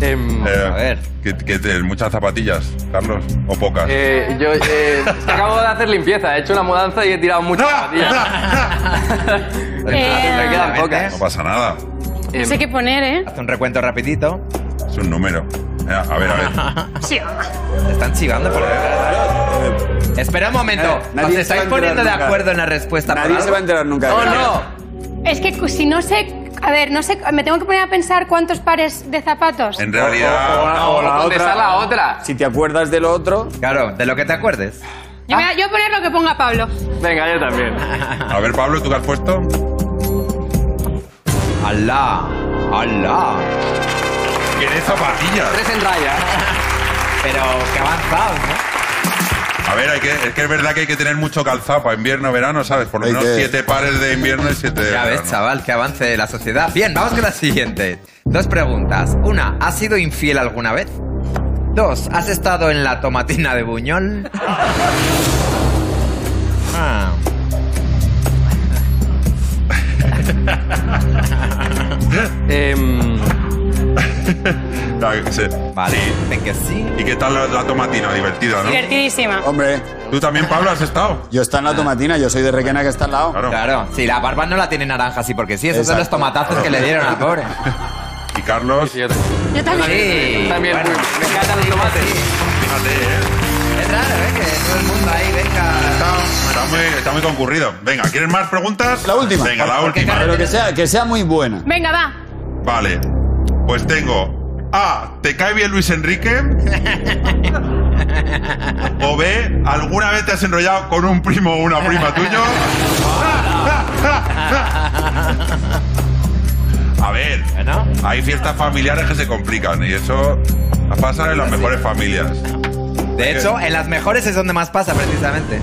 [SPEAKER 5] Em,
[SPEAKER 1] Eh,
[SPEAKER 2] A ver.
[SPEAKER 1] Que, que tienes muchas zapatillas, Carlos, o pocas.
[SPEAKER 5] eh, yo eh, es que acabo de hacer limpieza, he hecho una mudanza y he tirado muchas zapatillas. Me quedan
[SPEAKER 1] No
[SPEAKER 5] pocas.
[SPEAKER 1] pasa nada,
[SPEAKER 5] Em,
[SPEAKER 4] sé qué poner, ¿eh?
[SPEAKER 2] Haz un recuento rapidito.
[SPEAKER 1] es un número. Eh, a ver, a ver.
[SPEAKER 4] Sí.
[SPEAKER 2] Te están chivando por ahí. Espera un momento.
[SPEAKER 3] Eh, nadie
[SPEAKER 2] ¿Os
[SPEAKER 3] se va
[SPEAKER 2] estáis
[SPEAKER 3] a
[SPEAKER 2] poniendo de
[SPEAKER 3] enterar nunca.
[SPEAKER 2] acuerdo en la respuesta? por
[SPEAKER 3] Nadie se
[SPEAKER 2] algo?
[SPEAKER 3] va a enterar nunca. de
[SPEAKER 5] No,
[SPEAKER 3] verdad.
[SPEAKER 5] Oh, no.
[SPEAKER 4] Es que cu- si no sé. A ver, no sé. Me tengo que poner a pensar cuántos pares de zapatos.
[SPEAKER 1] En
[SPEAKER 3] O,
[SPEAKER 1] realidad,
[SPEAKER 3] la- o la
[SPEAKER 5] ¿dónde
[SPEAKER 3] otra.
[SPEAKER 5] está la otra?
[SPEAKER 3] Si te acuerdas del otro,
[SPEAKER 2] Claro, de lo que te acuerdes.
[SPEAKER 1] Ah.
[SPEAKER 4] Yo voy a, yo voy a poner lo que ponga Pablo.
[SPEAKER 5] Venga, yo también.
[SPEAKER 1] a ver, Pablo, ¿tú qué has puesto?
[SPEAKER 2] ¡Alá! ¡Alá!
[SPEAKER 1] ¿Quieres zapatillas?
[SPEAKER 5] Tres en raya.
[SPEAKER 2] ¿eh? Pero qué avanzados, ¿no?
[SPEAKER 1] A ver, hay que, es que es verdad que hay que tener mucho calzado para invierno, verano, ¿sabes? Por lo
[SPEAKER 3] Hay
[SPEAKER 1] menos
[SPEAKER 3] que-
[SPEAKER 1] siete pares de invierno y siete de
[SPEAKER 2] Ya ves,
[SPEAKER 1] verano.
[SPEAKER 2] chaval, que avance la sociedad. Bien, vamos con la siguiente. Dos preguntas. Una, ¿has sido infiel alguna vez? Dos, ¿has estado en la tomatina de Buñol? Ah.
[SPEAKER 5] Em,
[SPEAKER 1] Ya, sí.
[SPEAKER 2] Vale, dicen que sí.
[SPEAKER 1] ¿Y qué tal la, la tomatina? Divertida, ¿no?
[SPEAKER 4] Divertidísima.
[SPEAKER 3] hombre,
[SPEAKER 1] ¿Tú también, Pablo, has estado?
[SPEAKER 3] yo está en la tomatina, yo soy de Requena que está al lado.
[SPEAKER 1] Claro.
[SPEAKER 2] Claro, sí, la barba no la tiene naranja, así porque sí, esos son los
[SPEAKER 3] Exacto.
[SPEAKER 2] tomatazos que le dieron al pobre.
[SPEAKER 1] Y Carlos,
[SPEAKER 5] yo también.
[SPEAKER 4] Yo también.
[SPEAKER 2] Sí,
[SPEAKER 5] También,
[SPEAKER 2] bueno,
[SPEAKER 5] muy- me encantan los tomates.
[SPEAKER 1] fíjate, ¿eh?
[SPEAKER 2] es raro, ¿eh? Que todo el mundo ahí venga.
[SPEAKER 1] Está, está muy, está muy concurrido. Venga, ¿quieres más preguntas?
[SPEAKER 3] La última.
[SPEAKER 1] Venga, la última.
[SPEAKER 3] Pero que sea, que sea muy buena.
[SPEAKER 4] Venga, va.
[SPEAKER 1] Vale. Pues tengo A. ¿Te cae bien Luis Enrique? O B. ¿Alguna vez te has enrollado con un primo o una prima tuyo? A ver,
[SPEAKER 2] Bueno.
[SPEAKER 1] hay fiestas familiares que se complican y eso pasa en las mejores familias.
[SPEAKER 2] De hecho, en las mejores es donde más pasa, precisamente.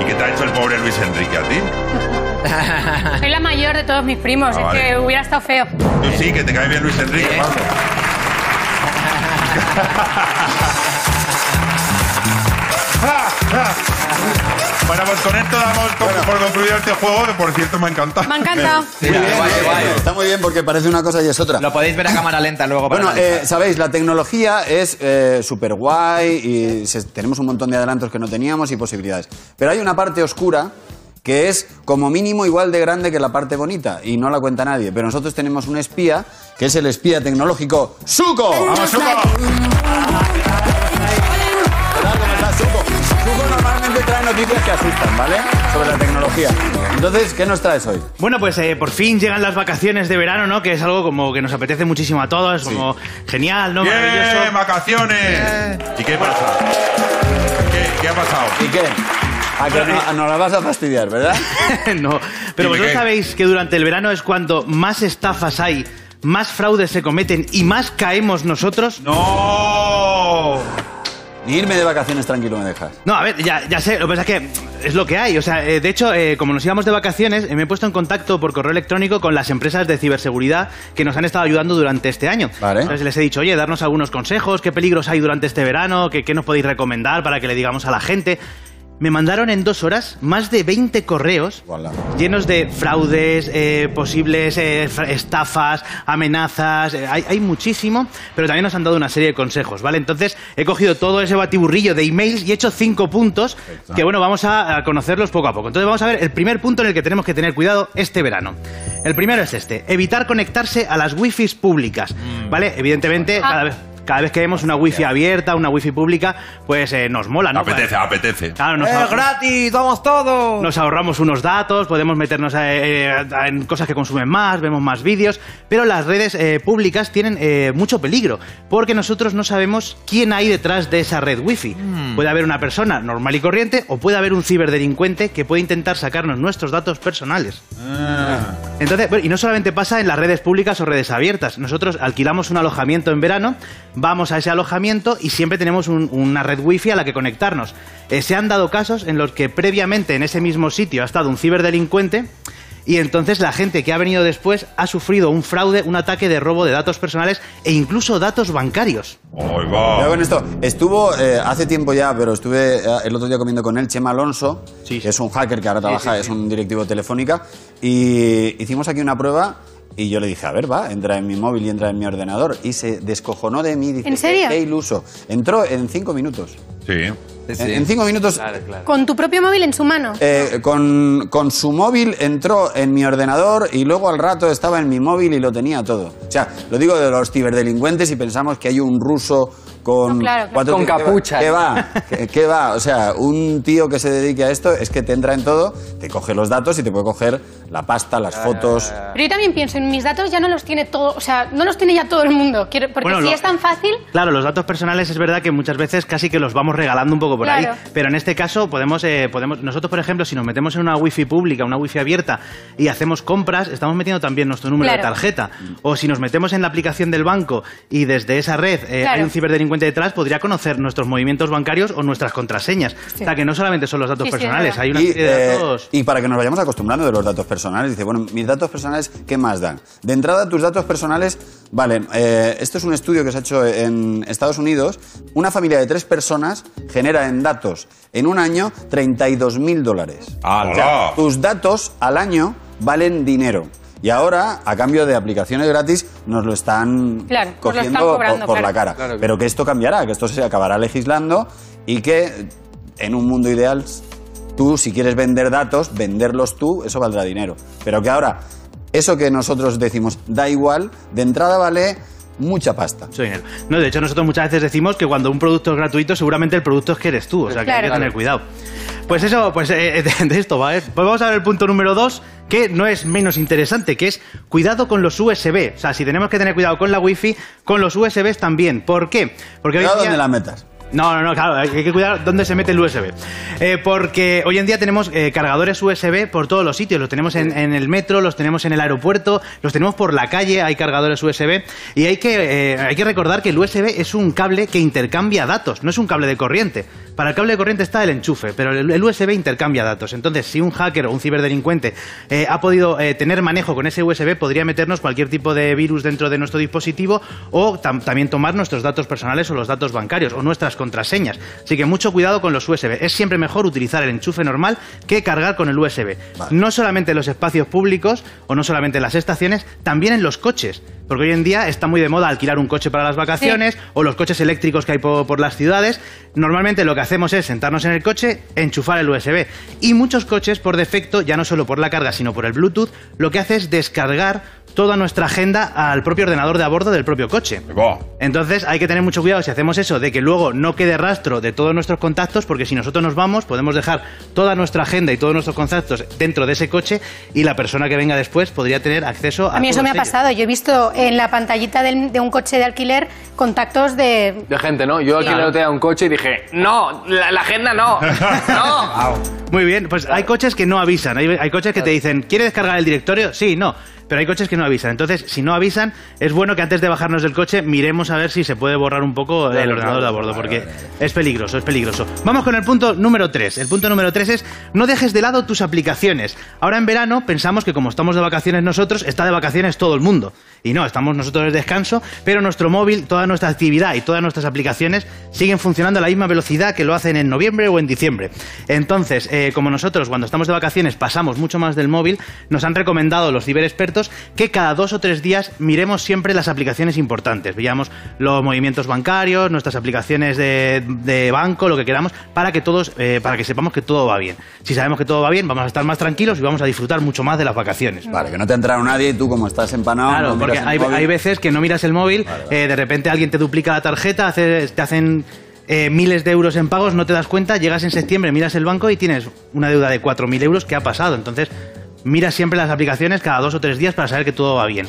[SPEAKER 1] ¿Y qué te ha hecho el pobre Luis Enrique a ti?
[SPEAKER 4] Soy la mayor de todos mis primos.
[SPEAKER 1] Ah,
[SPEAKER 4] es
[SPEAKER 1] vale.
[SPEAKER 4] que hubiera estado feo.
[SPEAKER 1] Tú sí, que te cae bien Luis Enrique,
[SPEAKER 2] Sí.
[SPEAKER 1] Pablo. bueno, pues con esto damos con- por concluido este juego, que por cierto me ha encantado.
[SPEAKER 4] Me ha encantado.
[SPEAKER 2] Sí,
[SPEAKER 3] Muy bien,
[SPEAKER 2] guay, guay.
[SPEAKER 3] Eh, Está muy bien porque parece una cosa y es otra.
[SPEAKER 2] Lo podéis ver a cámara lenta luego para
[SPEAKER 3] Bueno,
[SPEAKER 2] analizar.
[SPEAKER 3] eh, sabéis, la tecnología es súper guay y se- tenemos un montón de adelantos que no teníamos y posibilidades. Pero hay una parte oscura que es como mínimo igual de grande que la parte bonita y no la cuenta nadie. Pero nosotros tenemos un espía que es el espía tecnológico Suco.
[SPEAKER 1] ¡Vamos, Hugo!
[SPEAKER 3] ¿Qué tal? ¿Cómo estás, Suco? Suco normalmente trae noticias que asustan, ¿vale? Sobre la tecnología. Entonces, ¿qué nos traes hoy?
[SPEAKER 11] Bueno, pues eh, por fin llegan las vacaciones de verano, ¿no? Que es algo como que nos apetece muchísimo a todos, como genial, ¿no?
[SPEAKER 1] ¡Bien,
[SPEAKER 11] Maravilloso.
[SPEAKER 1] vacaciones! ¿Y qué pasa? ¿Qué, qué ha pasado?
[SPEAKER 3] ¿Y qué? A que no- nos la vas a fastidiar, ¿verdad?
[SPEAKER 11] no,
[SPEAKER 1] Dime
[SPEAKER 11] pero vosotros
[SPEAKER 1] qué.
[SPEAKER 11] sabéis que durante el verano es cuando más estafas hay, más fraudes se cometen y más caemos nosotros.
[SPEAKER 1] ¡No!
[SPEAKER 3] Ni irme de vacaciones tranquilo me dejas.
[SPEAKER 11] No, a ver, ya, ya sé, lo que pasa es que es lo que hay. O sea, eh, de hecho, eh, como nos íbamos de vacaciones, eh, me he puesto en contacto por correo electrónico con las empresas de ciberseguridad que nos han estado ayudando durante este año.
[SPEAKER 3] Vale.
[SPEAKER 11] Entonces les he dicho, oye, darnos algunos consejos, qué peligros hay durante este verano, qué, qué nos podéis recomendar para que le digamos a la gente. me mandaron en dos horas más de 20 correos llenos de fraudes, eh, posibles eh, fra- estafas, amenazas. eh, hay, hay muchísimo, pero también nos han dado una serie de consejos, ¿vale? Entonces he cogido todo ese batiburrillo de emails y he hecho cinco puntos que, bueno, vamos a, a conocerlos poco a poco. Entonces vamos a ver el primer punto en el que tenemos que tener cuidado este verano. El primero es este, evitar conectarse a las wifis públicas, ¿vale? Evidentemente, cada vez... Cada vez que vemos una wifi abierta, una wifi pública, pues eh, nos mola, ¿no?
[SPEAKER 1] Apetece, apetece.
[SPEAKER 11] Claro, nos,
[SPEAKER 2] ¡Es
[SPEAKER 11] ahor-
[SPEAKER 2] gratis! ¡Vamos todos!
[SPEAKER 11] nos ahorramos unos datos, podemos meternos eh, eh, en cosas que consumen más, vemos más vídeos, pero las redes eh, públicas tienen eh, mucho peligro, porque nosotros no sabemos quién hay detrás de esa red wifi.
[SPEAKER 2] Hmm.
[SPEAKER 11] Puede haber una persona normal y corriente o puede haber un ciberdelincuente que puede intentar sacarnos nuestros datos personales. Entonces, bueno, y no solamente pasa en las redes públicas o redes abiertas. Nosotros alquilamos un alojamiento en verano, vamos a ese alojamiento y siempre tenemos un- una red wifi a la que conectarnos. Eh, se han dado casos en los que previamente en ese mismo sitio ha estado un ciberdelincuente y entonces la gente que ha venido después ha sufrido un fraude, un ataque de robo de datos personales e incluso datos bancarios.
[SPEAKER 1] Ahí
[SPEAKER 3] Cuidado
[SPEAKER 1] va.
[SPEAKER 3] con esto. Estuvo eh, hace tiempo ya, pero estuve eh, el otro día comiendo con él, Chema Alonso, que es un hacker que ahora trabaja, es un directivo de telefónica, y hicimos aquí una prueba y yo le dije, a ver, va, entra en mi móvil y entra en mi ordenador. Y se descojonó de mí. Dice,
[SPEAKER 4] ¿En serio?
[SPEAKER 3] Qué iluso. Entró en cinco minutos.
[SPEAKER 1] Sí.
[SPEAKER 3] En, en cinco minutos
[SPEAKER 4] Con tu propio móvil en su mano.
[SPEAKER 3] eh, con, con su móvil entró en mi ordenador y luego al rato estaba en mi móvil y lo tenía todo. O sea, lo digo de los ciberdelincuentes y pensamos que hay un ruso con
[SPEAKER 4] No, claro, claro.
[SPEAKER 5] Con
[SPEAKER 3] ¿qué va-
[SPEAKER 5] capucha. ¿eh?
[SPEAKER 3] ¿Qué va? ¿Qué- ¿Qué va? O sea, un tío que se dedique a esto es que te entra en todo, te coge los datos y te puede coger la pasta, las fotos.
[SPEAKER 4] Pero yo también pienso, en mis datos ya no los tiene todo, o sea, no los tiene ya todo el mundo. Quiero- porque
[SPEAKER 11] Bueno,
[SPEAKER 4] si
[SPEAKER 11] lo-
[SPEAKER 4] es tan fácil,
[SPEAKER 11] Claro, los datos personales es verdad que muchas veces casi que los vamos regalando un poco por
[SPEAKER 4] Claro.
[SPEAKER 11] ahí, pero en este caso podemos, eh, podemos, nosotros por ejemplo, si nos metemos en una wifi pública, una wifi abierta y hacemos compras, estamos metiendo también nuestro número de
[SPEAKER 4] Claro.
[SPEAKER 11] tarjeta. O si nos metemos en la aplicación del banco y desde esa red eh,
[SPEAKER 4] Claro.
[SPEAKER 11] hay un ciberdelincuente detrás, podría conocer nuestros movimientos bancarios o nuestras contraseñas. O sea que no solamente son los datos
[SPEAKER 4] Sí, sí, es verdad.
[SPEAKER 11] personales, Pues hay una
[SPEAKER 3] y,
[SPEAKER 11] serie de
[SPEAKER 3] eh,
[SPEAKER 11] datos.
[SPEAKER 3] y para que nos vayamos acostumbrando de los datos personales, dice, bueno, mis datos personales, ¿qué más dan? De entrada, tus datos personales valen. eh, esto es un estudio que se ha hecho en Estados Unidos. Una familia de tres personas genera en datos en un año 32 mil dólares.
[SPEAKER 1] ¡Hala!
[SPEAKER 3] O sea, tus datos al año valen dinero. Y ahora, a cambio de aplicaciones gratis, nos lo están
[SPEAKER 4] Claro, nos lo
[SPEAKER 3] cogiendo
[SPEAKER 4] están cobrando,
[SPEAKER 3] por, por la
[SPEAKER 4] claro.
[SPEAKER 3] cara.
[SPEAKER 5] Claro que-
[SPEAKER 3] Pero que esto cambiará, que esto se acabará legislando y que en un mundo ideal tú, si quieres vender datos, venderlos tú, eso valdrá dinero. Pero que ahora, eso que nosotros decimos da igual, de entrada vale mucha pasta.
[SPEAKER 11] Mucho dinero. No, de hecho, nosotros muchas veces decimos que cuando un producto es gratuito, seguramente el producto es que eres tú. O sea, que hay
[SPEAKER 4] Claro.
[SPEAKER 11] que tener cuidado. Pues eso, pues eh, de, de esto va. ¿eh? Pues vamos a ver el punto número dos, que no es menos interesante, que es cuidado con los USB. O sea, si tenemos que tener cuidado con la wifi, con los USBs también. ¿Por qué? Porque hoy
[SPEAKER 3] Cuidado
[SPEAKER 11] en día-
[SPEAKER 3] donde la metas.
[SPEAKER 11] no, no, no, claro, hay que cuidar dónde se mete el USB. Eh, porque hoy en día tenemos eh, cargadores USB por todos los sitios. Los tenemos en, en el metro, los tenemos en el aeropuerto, los tenemos por la calle, hay cargadores USB. Y hay que, eh, hay que recordar que el USB es un cable que intercambia datos, no es un cable de corriente. Para el cable de corriente está el enchufe, pero el, el USB intercambia datos. Entonces, si un hacker o un ciberdelincuente eh, ha podido eh, tener manejo con ese USB, podría meternos cualquier tipo de virus dentro de nuestro dispositivo o tam- también tomar nuestros datos personales o los datos bancarios o nuestras contraseñas. Así que mucho cuidado con los USB. Es siempre mejor utilizar el enchufe normal que cargar con el USB.
[SPEAKER 3] Vale.
[SPEAKER 11] No solamente en los espacios públicos o no solamente en las estaciones, también en los coches. Porque hoy en día está muy de moda alquilar un coche para las vacaciones o los coches eléctricos que hay po- por, las ciudades. Normalmente lo que hacemos es sentarnos en el coche, enchufar el USB. Y muchos coches por defecto, ya no solo por la carga, sino por el Bluetooth, lo que hace es descargar toda nuestra agenda al propio ordenador de a bordo del propio coche.
[SPEAKER 1] Ahí va.
[SPEAKER 11] Entonces hay que tener mucho cuidado si hacemos eso, de que luego no quede rastro de todos nuestros contactos, porque si nosotros nos vamos podemos dejar toda nuestra agenda y todos nuestros contactos dentro de ese coche y la persona que venga después podría tener acceso a...
[SPEAKER 4] a mí eso
[SPEAKER 11] todos
[SPEAKER 4] me ha
[SPEAKER 11] ellos.
[SPEAKER 4] pasado. Yo he visto en la pantallita del- de un coche de alquiler contactos de...
[SPEAKER 5] De gente, ¿no? Yo aquí le noté a un coche y dije, no, la, la agenda no, no.
[SPEAKER 11] Muy bien, pues hay coches que no avisan, hay, hay coches que te dicen, ¿quiere descargar el directorio? Sí, no. pero hay coches que no avisan. Entonces, si no avisan, es bueno que antes de bajarnos del coche miremos a ver si se puede borrar un poco el
[SPEAKER 12] Claro,
[SPEAKER 11] ordenador
[SPEAKER 12] claro,
[SPEAKER 11] de a bordo, porque es peligroso, es peligroso. Vamos con el punto número 3. El punto número 3 es no dejes de lado tus aplicaciones. Ahora en verano pensamos que como estamos de vacaciones nosotros, está de vacaciones todo el mundo. Y no, estamos nosotros de descanso, pero nuestro móvil, toda nuestra actividad y todas nuestras aplicaciones siguen funcionando a la misma velocidad que lo hacen en noviembre o en diciembre. Entonces, eh, como nosotros cuando estamos de vacaciones pasamos mucho más del móvil, nos han recomendado los ciberexpertos que cada dos o tres días miremos siempre las aplicaciones importantes. Veamos los movimientos bancarios, nuestras aplicaciones de, de banco, lo que queramos, para que todos, eh, para que sepamos que todo va bien. Si sabemos que todo va bien, vamos a estar más tranquilos y vamos a disfrutar mucho más de las
[SPEAKER 4] Mm.
[SPEAKER 11] vacaciones.
[SPEAKER 3] Vale, que no te ha entrado nadie y tú como estás empanado...
[SPEAKER 11] Claro,
[SPEAKER 3] no
[SPEAKER 11] porque
[SPEAKER 3] miras el
[SPEAKER 11] hay,
[SPEAKER 3] móvil.
[SPEAKER 11] hay veces que no miras el móvil, eh, de repente alguien te duplica la tarjeta, hace- te hacen eh, miles de euros en pagos, no te das cuenta, llegas en septiembre, miras el banco y tienes una deuda de 4.000 euros que ha pasado. Entonces, mira siempre las aplicaciones cada dos o tres días para saber que todo va bien.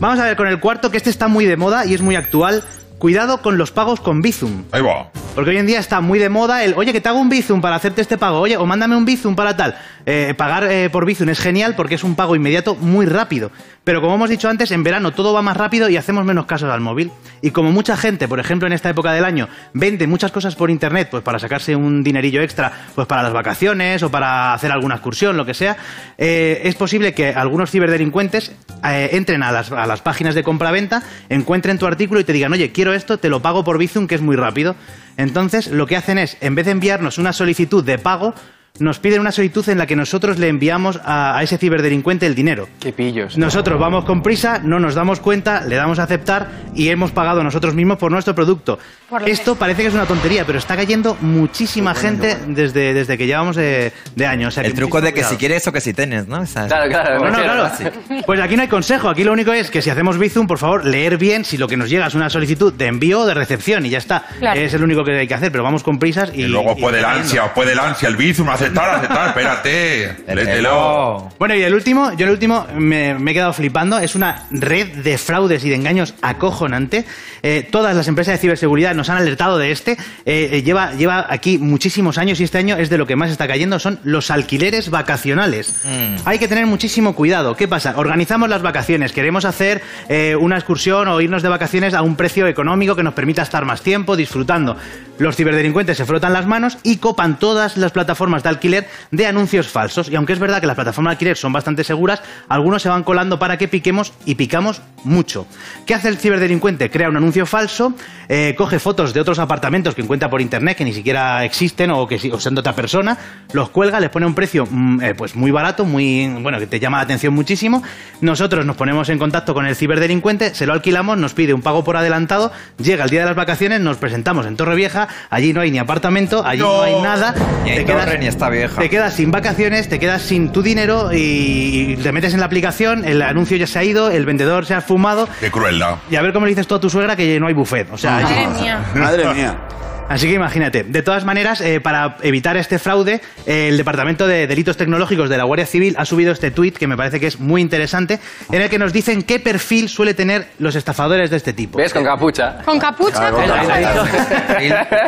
[SPEAKER 11] Vamos a ver con el cuarto, que este está muy de moda y es muy actual. Cuidado con los pagos con Bizum.
[SPEAKER 1] Ahí va.
[SPEAKER 11] Porque hoy en día está muy de moda el, oye, que te hago un Bizum para hacerte este pago, oye, o mándame un Bizum para tal. Eh, pagar eh, por Bizum es genial porque es un pago inmediato muy rápido. Pero como hemos dicho antes, en verano todo va más rápido y hacemos menos casos al móvil. Y como mucha gente, por ejemplo, en esta época del año, vende muchas cosas por internet, pues para sacarse un dinerillo extra, pues para las vacaciones o para hacer alguna excursión, lo que sea, eh, es posible que algunos ciberdelincuentes eh, entren a las, a las páginas de compraventa, encuentren tu artículo y te digan, oye, quiero esto, te lo pago por Bizum, que es muy rápido. Entonces, lo que hacen es, en vez de enviarnos una solicitud de pago, nos piden una solicitud en la que nosotros le enviamos a, a ese ciberdelincuente el dinero.
[SPEAKER 5] Qué pillos.
[SPEAKER 11] Nosotros vamos con prisa, no nos damos cuenta, le damos a aceptar y hemos pagado nosotros mismos por nuestro producto.
[SPEAKER 4] Por lo
[SPEAKER 11] Esto parece que es una tontería, pero está cayendo muchísima
[SPEAKER 2] Qué bueno, qué
[SPEAKER 11] gente desde, desde que llevamos eh, de años.
[SPEAKER 2] El truco de que si quieres o que si tienes, ¿no?
[SPEAKER 11] Claro, claro,
[SPEAKER 2] no,
[SPEAKER 11] claro. Pues aquí no hay consejo, aquí lo único es que si hacemos Bizum, por favor, leer bien si lo que nos llega es una solicitud de envío o de recepción y ya está.
[SPEAKER 1] Claro.
[SPEAKER 11] Es el único que hay que hacer, pero vamos con prisas y...
[SPEAKER 1] Y luego puede el ansia, puede el ansia, el bizum, aceptar, aceptar, espérate, léetelo.
[SPEAKER 11] Bueno, y el último, yo el último me, me he quedado flipando. Es una red de fraudes y de engaños acojonante. Eh, todas las empresas de ciberseguridad nos han alertado de este. Eh, eh, lleva, lleva aquí muchísimos años y este año es de lo que más está cayendo. Son los alquileres vacacionales. Hay que tener muchísimo cuidado. ¿Qué pasa? Organizamos las vacaciones, queremos hacer eh, una excursión o irnos de vacaciones a un precio económico que nos permita estar más tiempo disfrutando. Los ciberdelincuentes se frotan las manos y copan todas las plataformas de alquiler de anuncios falsos. Y aunque es verdad que las plataformas de alquiler son bastante seguras, algunos se van colando para que piquemos y picamos mucho. ¿Qué hace el ciberdelincuente? Crea un anuncio falso, eh, coge fotos de otros apartamentos que encuentra por internet que ni siquiera existen o que sí- o son de otra persona, los cuelga, les pone un precio mm, eh, pues muy barato, muy bueno, que te llama la atención muchísimo. Nosotros nos ponemos en contacto con el ciberdelincuente, se lo alquilamos, nos pide un pago por adelantado, llega el día de las vacaciones, nos presentamos en Torrevieja, allí no hay ni apartamento, allí no, hay nada,
[SPEAKER 2] Ni hay
[SPEAKER 11] te
[SPEAKER 2] torre,
[SPEAKER 11] quedas
[SPEAKER 2] ni está vieja.
[SPEAKER 11] te quedas sin vacaciones, te quedas sin tu dinero y y te metes en la aplicación, el anuncio ya se ha ido, el vendedor se ha fumado.
[SPEAKER 1] Qué crueldad.
[SPEAKER 11] Y a ver cómo le dices tú a tu suegra que no hay buffet. O sea,
[SPEAKER 4] Madre
[SPEAKER 11] allí-
[SPEAKER 4] mía.
[SPEAKER 3] Madre mía.
[SPEAKER 2] Ah.
[SPEAKER 11] Así que imagínate, de todas maneras, eh, para evitar este fraude, eh, el Departamento de Delitos Tecnológicos de la Guardia Civil ha subido este tuit que me parece que es muy interesante, en el que nos dicen qué perfil suele tener los estafadores de este tipo.
[SPEAKER 5] ¿Ves? Con capucha.
[SPEAKER 4] Ah, Con capucha.
[SPEAKER 3] Claro,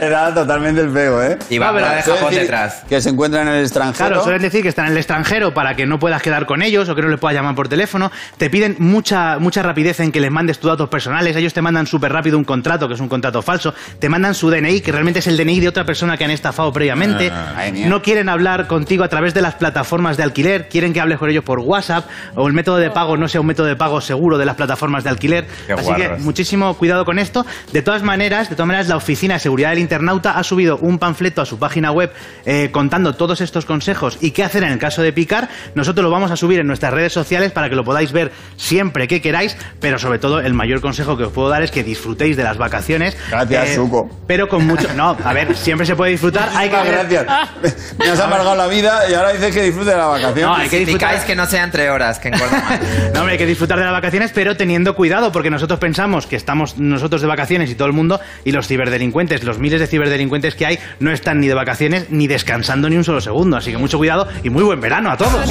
[SPEAKER 3] Te da totalmente el pego, ¿eh?
[SPEAKER 2] Y va,
[SPEAKER 3] No, pero
[SPEAKER 2] la de
[SPEAKER 3] suele
[SPEAKER 2] Japón
[SPEAKER 3] decir
[SPEAKER 2] detrás.
[SPEAKER 3] Que se encuentran en el extranjero.
[SPEAKER 11] Claro, suelen decir que están en el extranjero para que no puedas quedar con ellos o que no les puedas llamar por teléfono. Te piden mucha, mucha rapidez en que les mandes tus datos personales. Ellos te mandan súper rápido un contrato, que es un contrato falso. Te mandan su DNI, que realmente es el DNI de otra persona que han estafado previamente.
[SPEAKER 3] Ah, madre mía.
[SPEAKER 11] no quieren hablar contigo a través de las plataformas de alquiler. Quieren que hables con ellos por WhatsApp o el método de pago no sea un método de pago seguro de las plataformas de alquiler.
[SPEAKER 2] Qué
[SPEAKER 11] Así que
[SPEAKER 2] guarros.
[SPEAKER 11] muchísimo cuidado con esto. De todas maneras, de todas maneras, la Oficina de Seguridad del Internauta ha subido un panfleto a su página web eh, contando todos estos consejos y qué hacer en el caso de picar. Nosotros lo vamos a subir en nuestras redes sociales para que lo podáis ver siempre que queráis, pero sobre todo el mayor consejo que os puedo dar es que disfrutéis de las vacaciones. Eh,
[SPEAKER 3] Gracias, Suco.
[SPEAKER 11] Pero con mucho... No, a ver, siempre se puede disfrutar. Hay que...
[SPEAKER 3] Muchísimas gracias. Me has amargado la vida y ahora dices que disfrute de la vacación.
[SPEAKER 11] No, hay que disfrutar-
[SPEAKER 2] que no sea entre horas, que engorda más.
[SPEAKER 11] No, hombre, hay que disfrutar de las vacaciones, pero teniendo cuidado, porque nosotros pensamos que estamos nosotros de vacaciones y todo el mundo, y los ciberdelincuentes, los miles de ciberdelincuentes que hay, no están ni de vacaciones ni descansando ni un solo segundo. Así que mucho cuidado y muy buen verano a todos.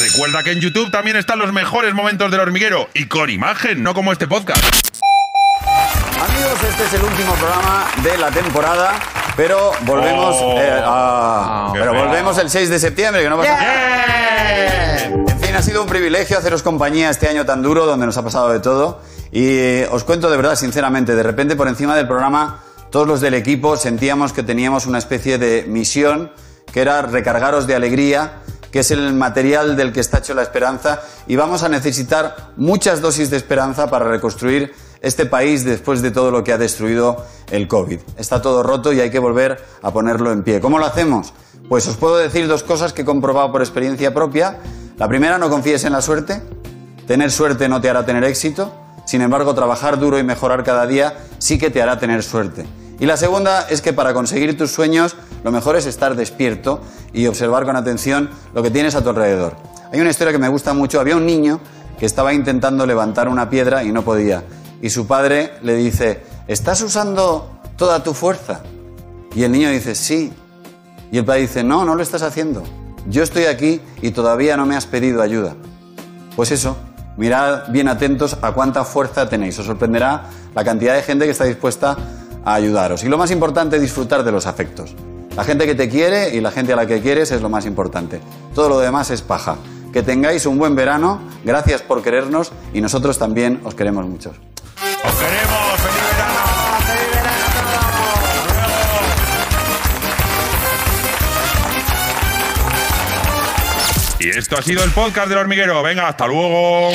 [SPEAKER 1] Recuerda que en YouTube también están los mejores momentos del hormiguero y con imagen, no como este podcast.
[SPEAKER 3] Amigos, este es el último programa de la temporada. Pero volvemos,
[SPEAKER 12] Oh.
[SPEAKER 3] eh, ah,
[SPEAKER 12] Qué
[SPEAKER 3] pero
[SPEAKER 12] pena.
[SPEAKER 3] volvemos el 6 de septiembre, que no pasa nada. En fin, ha sido un privilegio haceros compañía este año tan duro, donde nos ha pasado de todo. Y eh, os cuento de verdad, sinceramente, de repente por encima del programa, todos los del equipo sentíamos que teníamos una especie de misión, que era recargaros de alegría que es el material del que está hecho la esperanza, y vamos a necesitar muchas dosis de esperanza para reconstruir este país después de todo lo que ha destruido el COVID. Está todo roto y hay que volver a ponerlo en pie. ¿Cómo lo hacemos? Pues os puedo decir dos cosas que he comprobado por experiencia propia. La primera, no confíes en la suerte. Tener suerte no te hará tener éxito. Sin embargo, trabajar duro y mejorar cada día sí que te hará tener suerte. Y la segunda es que para conseguir tus sueños lo mejor es estar despierto y observar con atención lo que tienes a tu alrededor. Hay una historia que me gusta mucho. Había un niño que estaba intentando levantar una piedra y no podía. Y su padre le dice, ¿estás usando toda tu fuerza? Y el niño dice, sí. Y el padre dice, no, no lo estás haciendo. Yo estoy aquí y todavía no me has pedido ayuda. Pues eso, mirad bien atentos a cuánta fuerza tenéis. Os sorprenderá la cantidad de gente que está dispuesta a ayudaros. Y lo más importante, disfrutar de los afectos. La gente que te quiere y la gente a la que quieres es lo más importante. Todo lo demás es paja. Que tengáis un buen verano, gracias por querernos y nosotros también os queremos mucho.
[SPEAKER 1] Y esto ha sido el podcast del hormiguero. Venga, hasta luego.